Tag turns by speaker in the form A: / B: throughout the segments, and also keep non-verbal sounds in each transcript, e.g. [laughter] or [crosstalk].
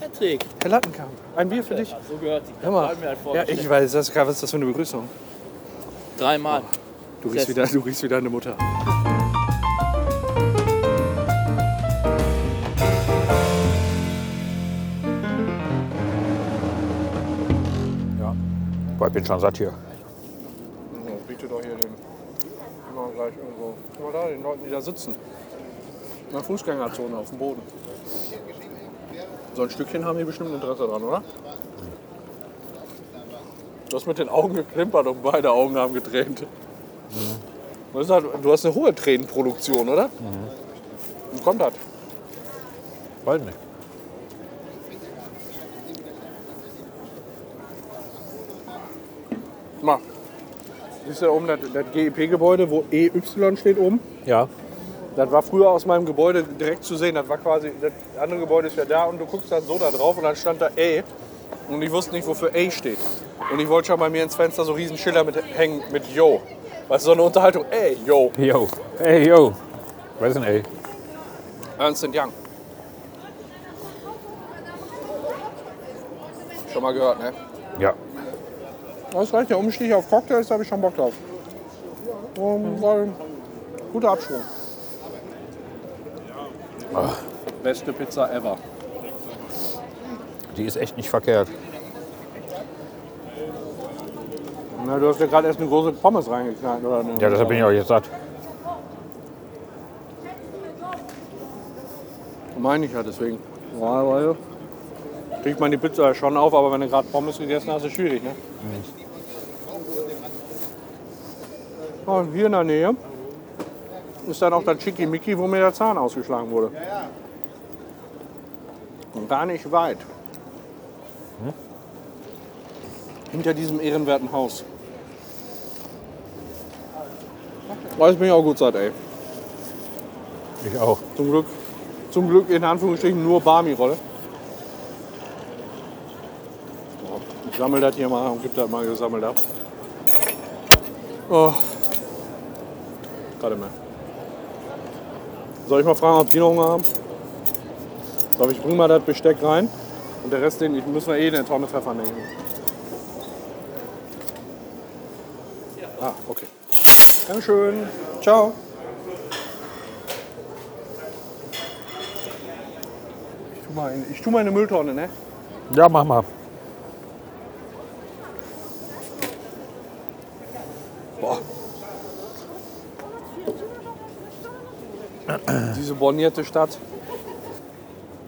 A: Patrick.
B: Herr Lattenkamp, ein Bier für dich.
A: So gehört sich.
B: Hör mal. Ja, ich weiß, das, was ist das für eine Begrüßung?
A: Dreimal.
B: Du riechst wieder, du riechst wieder eine Mutter. Ja,
C: Boah, ich bin schon satt hier.
B: biete doch hier den. Immer gleich irgendwo. Immer da, den Leuten, die da sitzen. In der Fußgängerzone auf dem Boden. So ein Stückchen haben die bestimmt Interesse dran, oder? Du hast mit den Augen geklimpert und beide Augen haben getränt. Das ist halt, du hast eine hohe Tränenproduktion, oder? Wie kommt das?
C: Weiß nicht.
B: Mal. Siehst du da oben das, das GEP-Gebäude, wo EY steht oben?
C: Ja.
B: Das war früher aus meinem Gebäude direkt zu sehen. Das war quasi, das andere Gebäude ist ja da und du guckst dann so da drauf und dann stand da A. Und ich wusste nicht, wofür A steht. Und ich wollte schon bei mir ins Fenster so riesen Schilder mit hängen mit Yo. Weißt du, so eine Unterhaltung, ey, yo,
C: Yo. Ey, yo. Weiß nicht, ey.
B: Ernst Young. Schon mal gehört, ne?
C: Ja.
B: Das reicht, der Umstieg auf Cocktails, da habe ich schon Bock drauf. Um, voll guter Abschwung. Beste Pizza ever.
C: Die ist echt nicht verkehrt.
B: Na, du hast ja gerade erst eine große Pommes reingeknallt, oder?
C: Ja, deshalb bin ich auch jetzt satt.
B: Meine ich ja deswegen. Normalerweise kriegt man die Pizza ja schon auf, aber wenn du gerade Pommes gegessen hast, ist schwierig, ne? Ja, Und Ah, hier in der Nähe ist dann auch das Schickimicki, wo mir der Zahn ausgeschlagen wurde. Und gar nicht weit. Hinter diesem ehrenwerten Haus. Weiß bin ich auch gut satt, ey.
C: Ich auch.
B: Zum Glück, zum Glück in Anführungsstrichen nur Barmi-Rolle. So, Ich sammel das hier mal und gib das mal gesammelt ab. Oh. Warte mal. Soll ich mal fragen, ob die noch Hunger haben? Soll ich bring mal das Besteck rein und der Rest, den ich müssen wir eh in eine Tonne Pfeffer nehmen. Ah, okay. Dankeschön. Ciao. Ich tu mal in, ich tu mal in eine Mülltonne, ne?
C: Ja, mach mal.
B: Diese bornierte Stadt.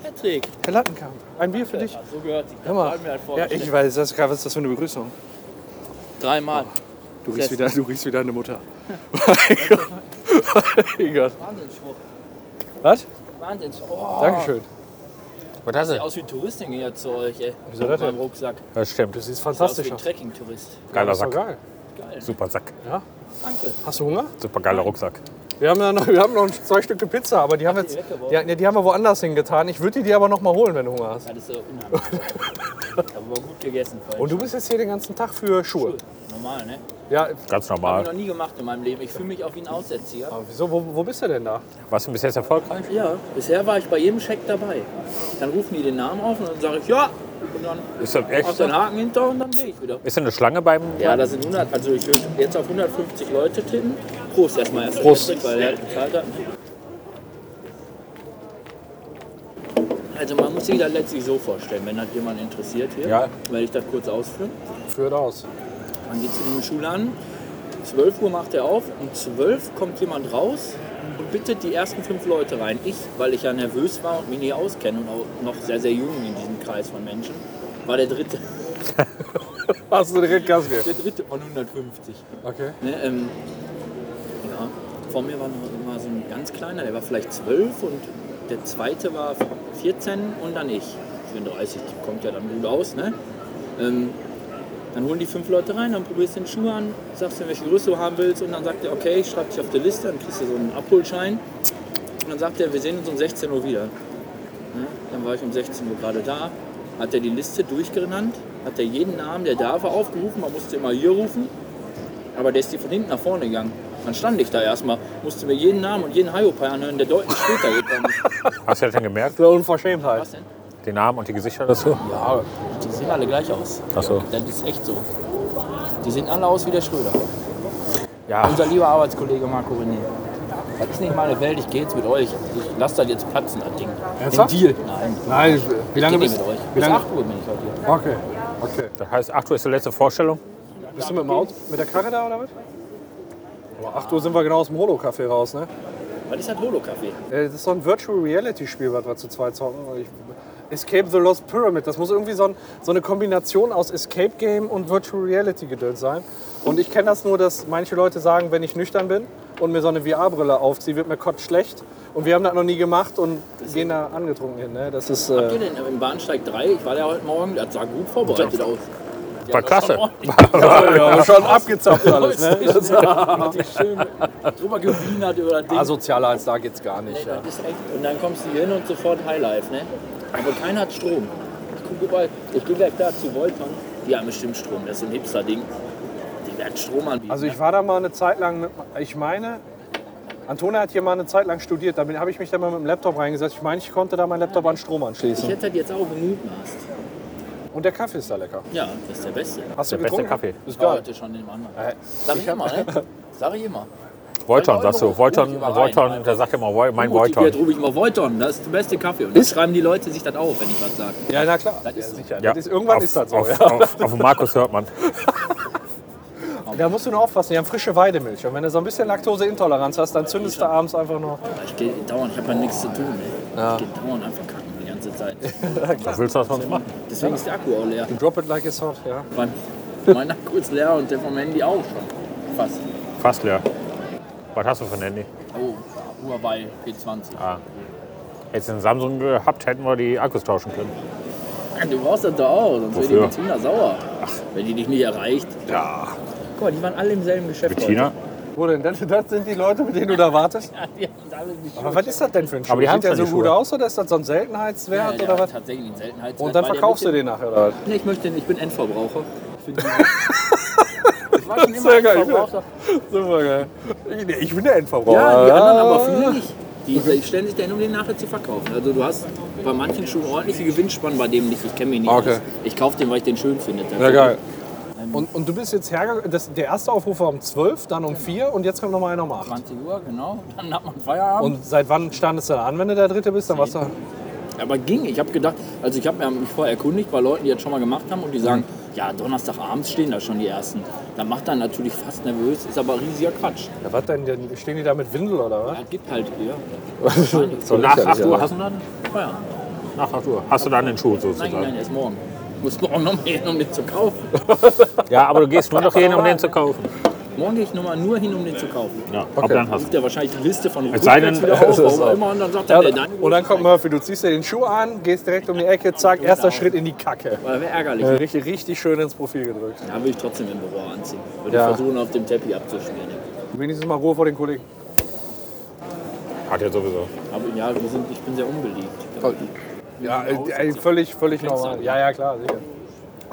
A: Patrick.
B: Herr Lattenkamp, ein Bier für dich.
A: So gehört sich.
B: Hör mal. Ja, ich weiß, das, was ist das für eine Begrüßung?
A: Dreimal.
B: Du
A: riechst
B: wieder, du riechst wieder eine Mutter. mein Gott. mein Gott.
A: Wahnsinnsschwupp.
B: Was?
A: Wahnsinnsschwupp. Oh,
B: Dankeschön.
C: Was hast
A: sieht aus wie ein Touristin hier zu euch, ey.
B: Wieso
A: Mit
B: das denn?
A: meinem Rucksack. Sieht
C: Das stimmt. Das ist
A: aus wie
B: Fantastisch.
A: ein Trekking-Tourist.
C: Geiler
B: Das war
C: Sack.
B: geil.
A: Geil.
C: Super Sack.
B: Ja?
A: Danke.
B: Hast du Hunger?
C: Super geiler Rucksack.
B: Wir haben, ja noch, wir haben noch zwei Stücke Pizza, aber die haben,
A: die
B: jetzt,
A: weggeworfen?
B: die, ne, die haben wir woanders hingetan. Ich würde die dir aber noch mal holen, wenn du Hunger hast.
A: Ja, Das ist so
B: [laughs]
A: unheimlich. Ich habe aber gut gegessen. vorhin
B: Und du
A: schon.
B: bist jetzt hier den ganzen Tag für Schuhe.
A: Normal, ne?
B: Ja,
C: Ganz
A: Habe ich noch
C: normal.
A: nie gemacht in meinem Leben. Ich fühle mich auch wie ein Aussätziger.
B: aber wieso? Wo, wo bist du denn da?
C: Warst du bis jetzt erfolgreich?
A: Ja, bisher war ich bei jedem Scheck dabei. Dann rufen die den Namen auf und dann sage ich ja. Und dann
C: Ist das
A: auf
C: echt?
A: den
C: so?
A: Haken hinter und dann gehe ich wieder.
C: Ist da eine Schlange beim.
A: Ja, da sind 100, also ich würde jetzt auf 150 Leute tippen. Prost erstmal. erst
C: Prost.
A: Patrick, Weil er hat bezahlt hat. Also man muss sich das letztlich so vorstellen, wenn das jemand interessiert hier,
C: Ja.
A: werde ich das kurz ausführen.
B: Führt aus.
A: Dann geht es in den Schulladen, 12 Uhr macht er auf, um 12 kommt jemand raus und bittet die ersten fünf Leute rein. Ich, weil ich ja nervös war und mich nicht auskenne und auch noch sehr, sehr jung in diesem Kreis von Menschen, war der dritte,
B: Hast du direkt Gas gegeben?
A: der dritte von 150.
B: Okay.
A: Ne, ähm, ja, vor mir war noch war so ein ganz kleiner, der war vielleicht zwölf und der zweite war 14 und dann ich. Ich bin 30, kommt ja dann gut aus, ne? Ähm, dann holen die fünf Leute rein, dann probierst du den Schuh an, sagst dir, welche Größe du haben willst und dann sagt er, okay, ich schreibe dich auf die Liste, dann kriegst du so einen Abholschein und dann sagt er, wir sehen uns um 16 Uhr wieder. Ne? Dann war ich um 16 Uhr gerade da, hat er die Liste durchgenannt, hat er jeden Namen, der da war, aufgerufen, man musste immer hier rufen, aber der ist dir von hinten nach vorne gegangen. Dann stand ich da erstmal, musste mir jeden Namen und jeden Haiopai anhören, der deutlich später gekommen ist.
C: Hast du das denn gemerkt?
B: Für Unverschämtheit.
A: Was denn?
C: Die Namen und die Gesichter dazu?
A: Ja, die sehen alle gleich aus.
C: Ach so.
A: Das ist echt so. Die sehen alle aus wie der Schröder.
C: Ja.
A: Unser lieber Arbeitskollege Marco René. Das ist nicht meine Welt, ich gehe jetzt mit euch. Ich lasse das jetzt platzen, das Ding.
B: Ernsthaft?
A: Den Deal. Nein.
B: Nein, wie
A: Ich
B: lange
A: gehe
B: bist
A: mit
B: du?
A: euch.
B: Wie
A: Bis
B: lange?
A: 8 Uhr bin ich heute hier.
B: Okay. okay.
C: Das heißt, 8 Uhr ist die letzte Vorstellung.
B: Bist du mit dem Auto, mit der Karre da oder was? Aber 8 Uhr sind wir genau aus dem Holo-Café raus, ne?
A: Was ist das Holo-Kaffee?
B: Äh, Das ist so ein Virtual Reality Spiel, was wir zu zweit zocken. Ich, Escape the Lost Pyramid. Das muss irgendwie so, ein, so eine Kombination aus Escape Game und Virtual Reality gedöns sein. Und ich kenne das nur, dass manche Leute sagen, wenn ich nüchtern bin und mir so eine VR-Brille aufziehe, wird mir kotzschlecht. Und wir haben das noch nie gemacht und gehen da angetrunken hin. Ne? Das ist.
A: Habt ihr
B: Äh,
A: denn im Bahnsteig 3? Ich war da heute Morgen, das sah gut vorbereitet aus. [laughs]
C: War klasse.
B: [laughs] ja, aber schon abgezapft
A: [laughs]
B: alles. Ne?
A: Das
B: [laughs]
A: richtig schön drüber gewienert über das Ding.
B: Asozialer als da geht's gar nicht. Ja.
A: das ist echt. Und dann kommst du hier hin und sofort Highlife, ne? Aber keiner hat Strom. Ich gucke überall, ich gehe gleich da zu Volton. Die haben bestimmt Strom, das ist so ein Hipster-Ding. Die werden Strom anbieten.
B: Also ich war da mal eine Zeit lang mit, ich meine, Antonia hat hier mal eine Zeit lang studiert, damit habe ich mich da mal mit dem Laptop reingesetzt. Ich meine, ich konnte da meinen Laptop an Strom
A: ich
B: anschließen.
A: hätte das jetzt auch gemutmaßt.
B: Und der Kaffee ist da lecker.
A: Ja, das ist der Beste.
B: Hast du
C: Der beste
B: getrunken?
C: Kaffee.
B: Ist
A: Ja,
B: geil.
A: heute schon in dem anderen.
B: Äh,
A: Sag ich immer,
B: [laughs]
A: ne? Sag ich immer.
C: Wolton,
A: Euro
C: sagst du.
A: ruf ich
C: Wolton,
A: mal rein.
C: Wolton, der sagt immer, Wo- mein
A: Gut,
C: Wolton.
A: Jetzt rufe ich mal Volton, das ist der beste Kaffee. Und dann schreiben die Leute sich das auf, wenn ich was
C: Oh,
A: sage.
B: Ja, na klar.
A: Das ist so.
B: sicher.
C: Ja.
B: Das ist, irgendwann
C: auf,
B: ist das so.
C: Auf,
B: ja.
C: auf, auf den Markus hört man.
B: Da musst du nur aufpassen, die haben frische Weidemilch. Und wenn du so ein bisschen Laktoseintoleranz hast, dann zündest du abends einfach nur.
A: Ich gehe dauernd, ich habe ja nichts zu tun. Ey. Ich gehe dauernd einfach kacken die ganze Zeit.
C: Was willst du das sonst machen?
A: Deswegen ist der Akku auch leer.
B: Drop it like it's hot, ja.
A: Mein, mein Akku ist leer und der vom Handy auch schon. Fast.
C: Fast leer. Was hast du für ein Handy?
A: Oh, Huawei P20.
C: Hättest du einen Samsung gehabt, hätten wir die Akkus tauschen können.
A: Ah, Du brauchst das doch auch, sonst wird die
C: Wofür?
A: Bettina sauer. Wenn die dich nicht erreicht.
C: Ja.
A: Guck mal, die waren alle im selben Geschäft.
C: Bettina?
B: Wo denn? Das, das sind die Leute, mit denen du da wartest?
A: Heute. [laughs] Die haben alle nicht
B: Aber was ist das denn für ein Schuh?
C: Aber die haben
B: Sieht der so
C: schon die
B: gut
C: Schuhe.
B: aus oder ist das so ein Seltenheitswert oder was?
A: Tatsächlich in Seltenheit.
B: Und dann verkaufst du den nachher oder was?
A: Nee, ich möchte nicht, ich bin [laughs] Endverbraucher. Ich, bin ich war schon immer
B: Sehr geil.
A: Endverbraucher.
B: Super geil. Ich, nee, ich bin der Endverbraucher.
A: Ja, die anderen aber viele nicht. Die die stellen sich dahin, um den nachher zu verkaufen. Also du hast bei manchen Schuhen ordentliche Gewinnspannen, bei dem nicht. Ich kenne mich nicht
B: Okay.
A: aus. Ich kaufe den, weil ich den schön finde.
B: Ja, geil. Ähm, Und, und du bist jetzt hergegangen, das- der erste Aufruf war um 12, dann um 4 und jetzt kommt nochmal einer um 8.
A: 20 Uhr, genau. Dann hat man Feierabend.
B: Und seit wann standest du da an, wenn du der Dritte bist? Dann warst du,
A: aber ging. Ich habe gedacht, also ich habe mich vorher erkundigt bei Leuten, die das schon mal gemacht haben und die sagen,
B: Mhm.
A: ja, Donnerstagabends stehen da schon die Ersten. Da macht er natürlich fast nervös, ist aber riesiger Quatsch.
B: ja, was denn, denn, stehen die da mit Windel oder was?
A: Ja, gibt halt, ja.
B: [laughs] So
C: Nach
B: lächerlich,
C: 8 Uhr
B: aber.
C: hast du dann?
A: Feierabend.
C: Nach 8 Uhr. Hast du dann den Schuh
A: Nein,
C: sozusagen?
A: nein, erst morgen. Muss morgen noch mal hin, um den zu kaufen.
C: Ja, aber du gehst nur noch hin, um den zu kaufen.
A: Morgen gehe ich nochmal nur hin, um den zu kaufen.
C: Ja, ab dann hast du.
A: ruft er wahrscheinlich die Liste von
C: Es sei denn,
A: rückwärts wieder auf,
B: es
A: warum
B: ist so.
A: immer, und dann sagt
B: Ja,
A: er, der dann
B: und dann kommt Murphy, du ziehst dir den Schuh an, gehst direkt um die Ecke, zack, erster Schritt in die Kacke.
A: Weil wäre ärgerlich.
B: Äh, Richtig, richtig schön ins Profil gedrückt.
A: Da will ich trotzdem im Büro anziehen. Würde
B: Ja.
A: ich versuchen, auf dem Teppich abzuspielen.
B: Wenigstens mal Ruhe vor den Kollegen.
C: Hat ja sowieso.
A: Aber ja, wir sind, ich bin sehr unbeliebt.
B: Ja, äh, ey, völlig, völlig normal. Ja, ja, klar, sicher.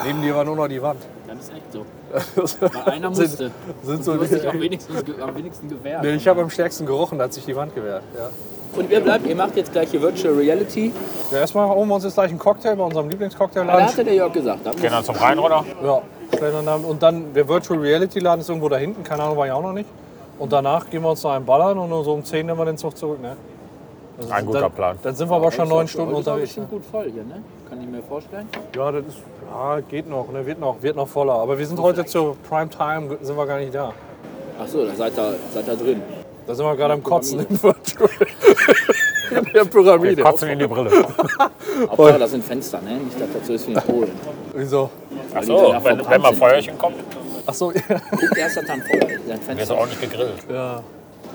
B: Neben dir war nur noch die Wand.
A: Das ist echt so. Weil
B: [laughs]
A: einer musste.
B: Sind so
A: Du hast dich
B: die,
A: am wenigsten, ge- am wenigsten gewehrt.
B: Nee, ich habe am stärksten gerochen, da hat sich die Wand gewehrt. Ja.
A: Und ihr bleibt, ihr macht jetzt gleich hier Virtual Reality.
B: Ja, erstmal holen wir uns jetzt gleich einen Cocktail bei unserem
A: Da
B: Lieblingscocktail-Laden.
A: hatte der Jörg gesagt. Da muss-
B: Genau.
C: Gehen dann zum Rheinroller?
B: Ja, stellen dann da- und dann der Virtual Reality Laden ist irgendwo da hinten, keine Ahnung, war ich auch noch nicht. Und danach gehen wir uns noch einen ballern und nur so um 10 nehmen wir den Zug zurück. Ne? Also
C: Ein guter
B: dann,
C: Plan.
B: Dann sind wir aber schon neun Stunden
A: Heute ist auch
B: unterwegs.
A: bestimmt
B: Ne?
A: gut voll hier, ne? Kann ich mir vorstellen.
B: Ja, das ist, ja, geht noch, ne? wird noch, wird noch voller. Aber wir sind heute zur Prime Time, sind wir gar nicht da.
A: Achso, da seid ihr, seid ihr drin.
B: Da sind wir gerade am Kotzen im Virtual. [laughs] in der Pyramide.
C: Kotzen in die Brille.
A: Aber das sind Fenster, ne? Nicht, dass das so ist wie in Polen.
B: Wieso?
A: Weil die
C: So,
A: da
C: wenn,
A: verbrannt
C: wenn mal
A: sind.
C: Feuerchen kommt,
B: Achso,
A: Guckt erst hat dann Feuer, sein
B: Genau.
C: wirst
A: Fenster.
C: du auch nicht gegrillt.
B: ja.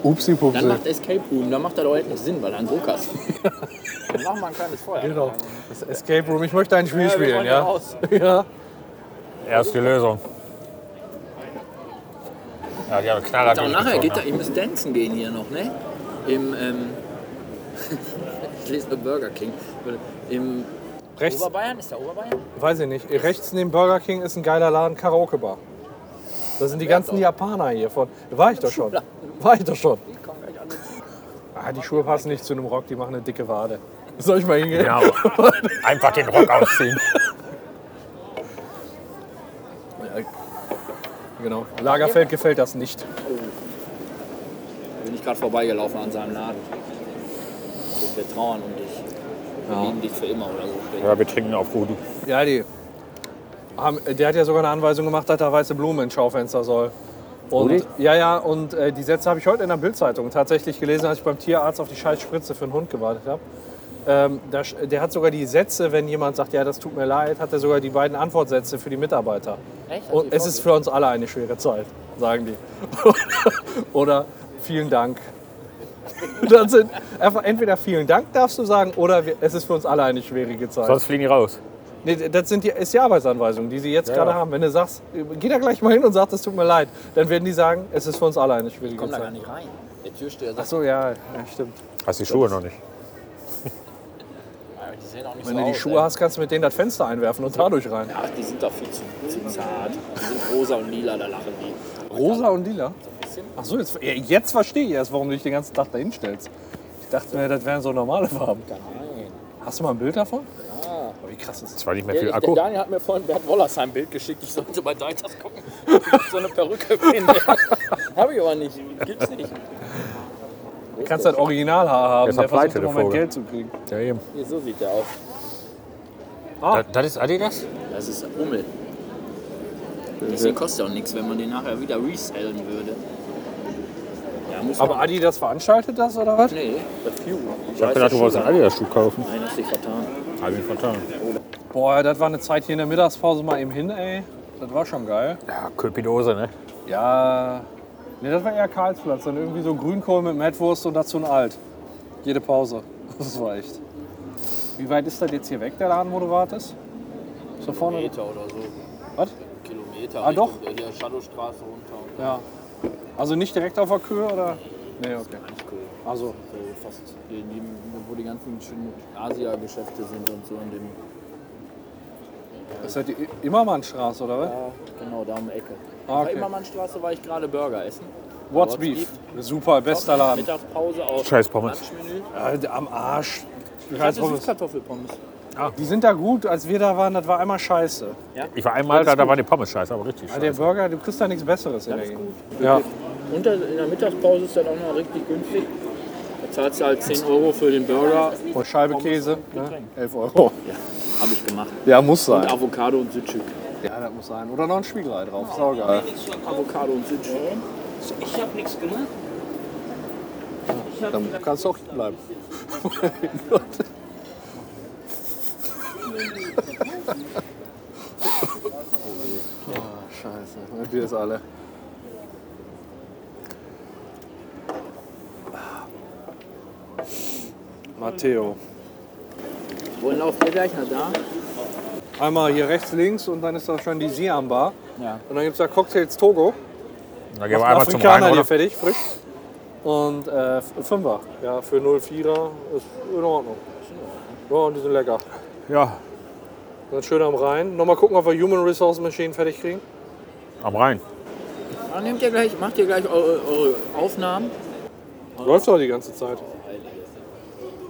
B: Upsi-Pupsi.
A: Dann macht Escape Room, dann macht er doch endlich Sinn, weil er einen Druck hat.
B: [laughs]
A: dann machen wir ein kleines Feuer.
B: Genau. Das Escape Room. Ich möchte ein Spiel
A: wir
B: spielen,
A: wollen
B: ja?
A: hier raus.
B: [laughs] ja.
C: Erst die Lösung. Ja, die haben Knaller
A: Und nachher
C: durchgezogen,
A: geht da,
C: ne?
A: ihr müsst tanzen gehen hier noch, ne? Im, ähm, [laughs] ich lese nur Burger King. Im
B: Rechts,
A: Oberbayern, ist der Oberbayern?
B: weiß ich nicht. Rechts neben Burger King ist ein geiler Laden, Karaoke-Bar. Da sind die ganzen Japaner hier von. War ich doch schon.
A: [laughs]
B: War ich doch schon.
A: Die kommen gleich alle.
B: Ah, die Schuhe passen nicht zu einem Rock, die machen eine dicke Wade. Soll ich mal hingehen?
C: Genau. [laughs] Einfach den Rock ausziehen.
B: Ja, Genau. Lagerfeld gefällt das nicht.
A: Bin ich gerade vorbeigelaufen an seinem Laden. So, wir trauern um dich. Wir lieben dich für immer oder so.
C: Ja, wir trinken auf Voodoo.
B: Ja, die. Haben, äh, der hat ja sogar eine Anweisung gemacht, dass er weiße Blumen ins Schaufenster soll.
C: Rudi?
B: Und, ja, ja, und äh, die Sätze habe ich heute in der Bildzeitung tatsächlich gelesen, als ich beim Tierarzt auf die scheiß Spritze für den Hund gewartet habe. Ähm, da, sch- der hat sogar die Sätze, wenn jemand sagt, ja, das tut mir leid, hat er sogar die beiden Antwortsätze für die Mitarbeiter.
A: Echt?
B: Und es ist für uns alle eine schwere Zeit, sagen die. [laughs] oder vielen Dank. [laughs] Dann sind einfach entweder vielen Dank darfst du sagen oder wir, es ist für uns alle eine schwierige Zeit.
C: Sonst fliegen die raus.
B: Nee, das sind die, ist die Arbeitsanweisung, die sie jetzt gerade
C: ja.
B: haben. Wenn du sagst, geh da gleich mal hin und sag, das tut mir leid, dann werden die sagen, es ist für uns alle eine schwierige
A: Komm da gar
B: Zeit.
A: nicht rein. Der Türsteher
B: Ach
A: sagt,
B: so, ja, ja stimmt.
C: Hast die Schuhe noch nicht.
A: "Ah, die sehen auch nicht
B: Wenn
A: so
B: du die
A: aus,
B: Schuhe
A: ey."
B: hast, kannst du mit denen das Fenster einwerfen und dadurch rein.
A: Ach, die sind doch viel zu, zu zart. Die sind rosa und lila, da lachen die.
B: Rosa und lila.
A: bisschen.
B: Ach so, jetzt, ja, jetzt verstehe ich erst, warum du dich den ganzen Tag dahin stellst. Ich dachte mir, das wären so normale Farben.
A: Nein.
B: Hast du mal ein Bild davon? Ja. Wie krass ist das?
C: Zwar nicht mehr
A: Der,
C: viel
A: ich,
C: Akku.
A: der Daniel hat mir vorhin Bert Wollers ein Bild geschickt. Ich sollte bei Deitas gucken, ob ich so eine
C: [laughs]
A: Perücke finde. Habe ich aber nicht. Gibt's nicht.
B: Du kannst das Originalhaar haben,
C: Jetzt
B: der
C: hat Pleite,
B: versucht im
C: der
B: Moment
C: Vogel.
B: Geld zu kriegen.
C: Ja, eben.
A: Hier, so sieht der aus.
C: Da- Das ist Adidas?
A: Das ist Hummel. Deswegen kostet auch nichts, wenn man den nachher wieder resellen würde. Ja, muss
B: Aber Adidas veranstaltet das oder was?
A: man. Nee, der Pew.
C: Ich hab gedacht, du wolltest einen Adidas-Schuh kaufen.
A: Nein, hast dich vertan.
C: Hab ich vertan.
B: Boah, das war eine Zeit hier in der Mittagspause mal eben hin, ey. Das war schon geil.
C: Ja, Köpidose, ne?
B: Ja. Ne, das war eher Karlsplatz. Dann irgendwie so Grünkohl mit Mettwurst und dazu ein Alt. Jede Pause. [laughs] Das war echt. Wie weit ist das jetzt hier weg, der Laden, wo du wartest? So vorne.
A: Kilometer oder so.
B: Was?
A: Kilometer.
B: Ah, doch.
A: Richtung Der Shadowstraße runter. Und
B: Ja. Also nicht direkt auf der Kühe oder? Nee, okay.
A: nicht cool.
B: Also,
A: So fast hier neben, wo die ganzen schönen Asia-Geschäfte sind und so in dem.
B: ist das die I- Immermannstraße oder was?
A: Ja, genau, da um die Ecke.
B: Ah,
A: Auf der
B: okay.
A: Immermannstraße war ich gerade Burger essen.
B: What's Beef? Super, bester Laden.
A: Mittagspause auf
C: Scheiß Pommes.
A: Lunchmenü.
B: Alter, am Arsch.
A: Ich hatte Süßkartoffelpommes.
B: Die sind da gut, als wir da waren, das war einmal scheiße.
C: Ich war einmal
B: Alles
C: da, da
B: gut.
C: war die Pommes scheiße, aber richtig
B: Ja, der
C: scheiße.
B: Burger, du kriegst da nichts Besseres in
A: Das ist
B: der
A: gut.
B: Ja.
A: Und das- in der Mittagspause ist das auch noch richtig günstig. Da zahlst du halt 10 Euro für den Burger.
B: Und Scheibe Käse, ne? 11 Euro.
A: Ja, habe ich gemacht.
B: Ja, muss
A: Und
B: sein.
A: Avocado und Südschück.
B: Ja, das muss sein. Oder noch ein Spiegelei drauf, saugeil.
A: Avocado und Südschück.
D: Ich habe nichts gemacht.
B: Dann kannst du auch hier [laughs] bleiben. Ah, scheiße. Mein Bier ist alle. Matteo.
A: Wollen auch wir gleich nach da?
B: Einmal hier rechts, links und dann ist da schon die Siam Bar.
A: Ja.
B: Und dann gibt es da Cocktails Togo.
C: Da gehen wir einmal zum
B: Afrikaner hier
C: Rhein, oder?
B: fertig, frisch. Und äh, F- Fünfer. Ja, für 04er ist in Ordnung. Ja, und die sind lecker.
C: Ja,
B: Dann schön am Rhein. Nochmal gucken, ob wir Human Resource Machine fertig kriegen.
C: am Rhein.
A: Dann nehmt ihr gleich, macht ihr gleich eure, eure Aufnahmen.
B: Läuft doch die ganze Zeit.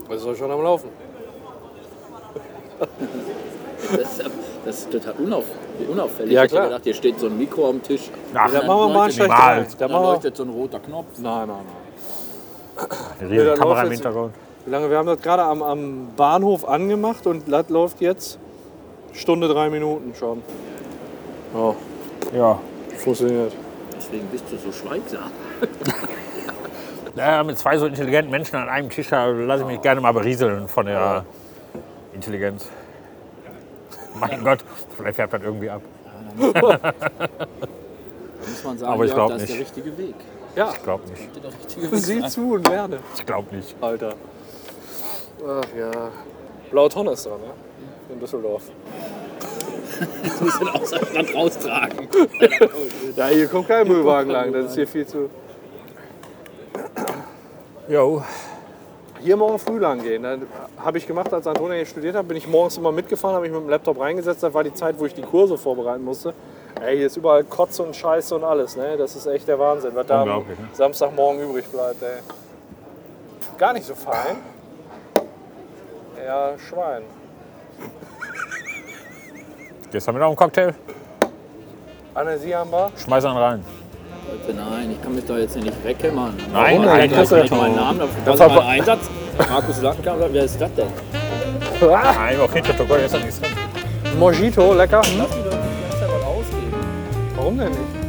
B: Das ist doch schon am Laufen.
A: Das, das ist total unauf, unauffällig.
B: Ja,
A: ich hätte
B: klar.
A: gedacht, hier steht so ein Mikro am Tisch.
C: Ach,
B: Da machen wir mal einen
A: leuchtet-
B: Strich
C: Niemals.
B: rein. Da
A: Dann
B: machen wir.
A: leuchtet so ein roter Knopf.
B: Nein, nein, nein.
C: Eine
B: Ja,
C: riesige
B: da
C: Kamera
B: läuft
C: im
B: jetzt-
C: Hintergrund.
B: Wie lange? Wir haben das gerade am, am Bahnhof angemacht und das läuft jetzt Stunde, drei Minuten schon. Ja,
C: Ja.
B: funktioniert.
A: Deswegen bist du so schweigsam.
C: Ja, mit zwei so intelligenten Menschen an einem Tisch, da lasse ich mich gerne mal berieseln von der Intelligenz. Mein Gott, vielleicht fährt das irgendwie ab.
A: Muss man sagen,
C: Aber ich
A: Jörg,
C: glaub
A: das ist der
C: nicht.
A: richtige Weg.
B: Ja, [laughs]
C: Ich glaube nicht.
A: Der [laughs] richtige Weg.
B: sieh zu und lerne.
C: Ich glaube nicht.
B: Alter. Ach ja. Blaue Tonne ist dran, ne? In Düsseldorf.
A: Das muss den Ausland raustragen.
B: Ja, hier kommt kein Müllwagen lang, das ist hier viel zu.
C: Jo.
B: Hier morgen früh lang gehen. Dann habe ich gemacht, als Antonia hier studiert hat, bin ich morgens immer mitgefahren, habe ich mit dem Laptop reingesetzt. Das war die Zeit, wo ich die Kurse vorbereiten musste. Ey, hier ist überall Kotze und Scheiße und alles, ne? Das ist echt der Wahnsinn, was da am
C: Unglaublich, ne?
B: Samstagmorgen übrig bleibt, ey. Gar nicht so fein. eher Schwein.
C: Gestern mit auf einen Cocktail,
B: Anne, Sie haben wir.
C: schmeiß einen rein.
A: Leute, nein, ich kann mich da jetzt hier nicht wegkämmern.
C: Nein,
A: Warum?
C: nein,
A: ich weiß
C: das-
A: nicht meinen Namen, das,
C: Das
A: das war mein
C: war-
A: Einsatz. Markus Lackenkamp, wer ist das denn?
C: Nein, auch hinter Tokoi ist da nichts drin.
B: Mojito, lecker.
A: Lass mich doch nicht die ganze Zeit was ausgeben.
B: Warum denn nicht?